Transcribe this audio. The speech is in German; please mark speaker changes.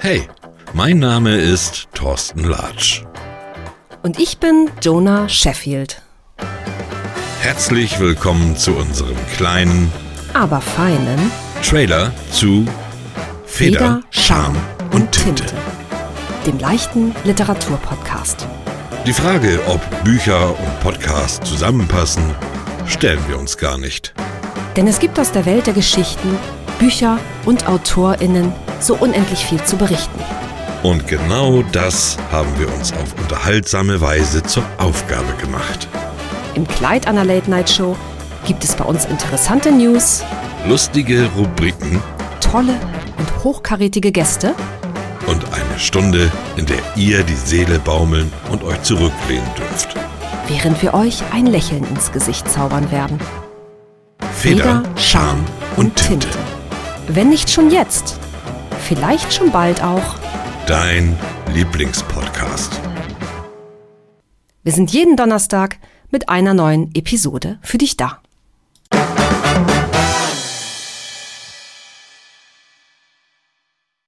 Speaker 1: Hey, mein Name ist Thorsten Latsch.
Speaker 2: Und ich bin Jonah Sheffield.
Speaker 1: Herzlich willkommen zu unserem kleinen
Speaker 2: Aber feinen
Speaker 1: Trailer zu Feder,
Speaker 2: Feder,
Speaker 1: Charme und Tinte.
Speaker 2: dem leichten Literaturpodcast.
Speaker 1: Die Frage, ob Bücher und Podcast zusammenpassen, stellen wir uns gar nicht.
Speaker 2: Denn es gibt aus der Welt der Geschichten, Bücher und AutorInnen so unendlich viel zu berichten.
Speaker 1: Und genau das haben wir uns auf unterhaltsame Weise zur Aufgabe gemacht.
Speaker 2: Im Kleid einer Late-Night-Show gibt es bei uns interessante News,
Speaker 1: Lustige Rubriken
Speaker 2: tolle und hochkarätige Gäste
Speaker 1: und eine Stunde, in der ihr die Seele baumeln und euch zurücklehnen dürft.
Speaker 2: während wir euch ein Lächeln ins Gesicht zaubern werden.
Speaker 1: Feder, Charme und Tinte.
Speaker 2: Wenn nicht schon jetzt, vielleicht schon bald auch.
Speaker 1: Dein Lieblingspodcast.
Speaker 2: Wir sind jeden Donnerstag mit einer neuen Episode für dich da.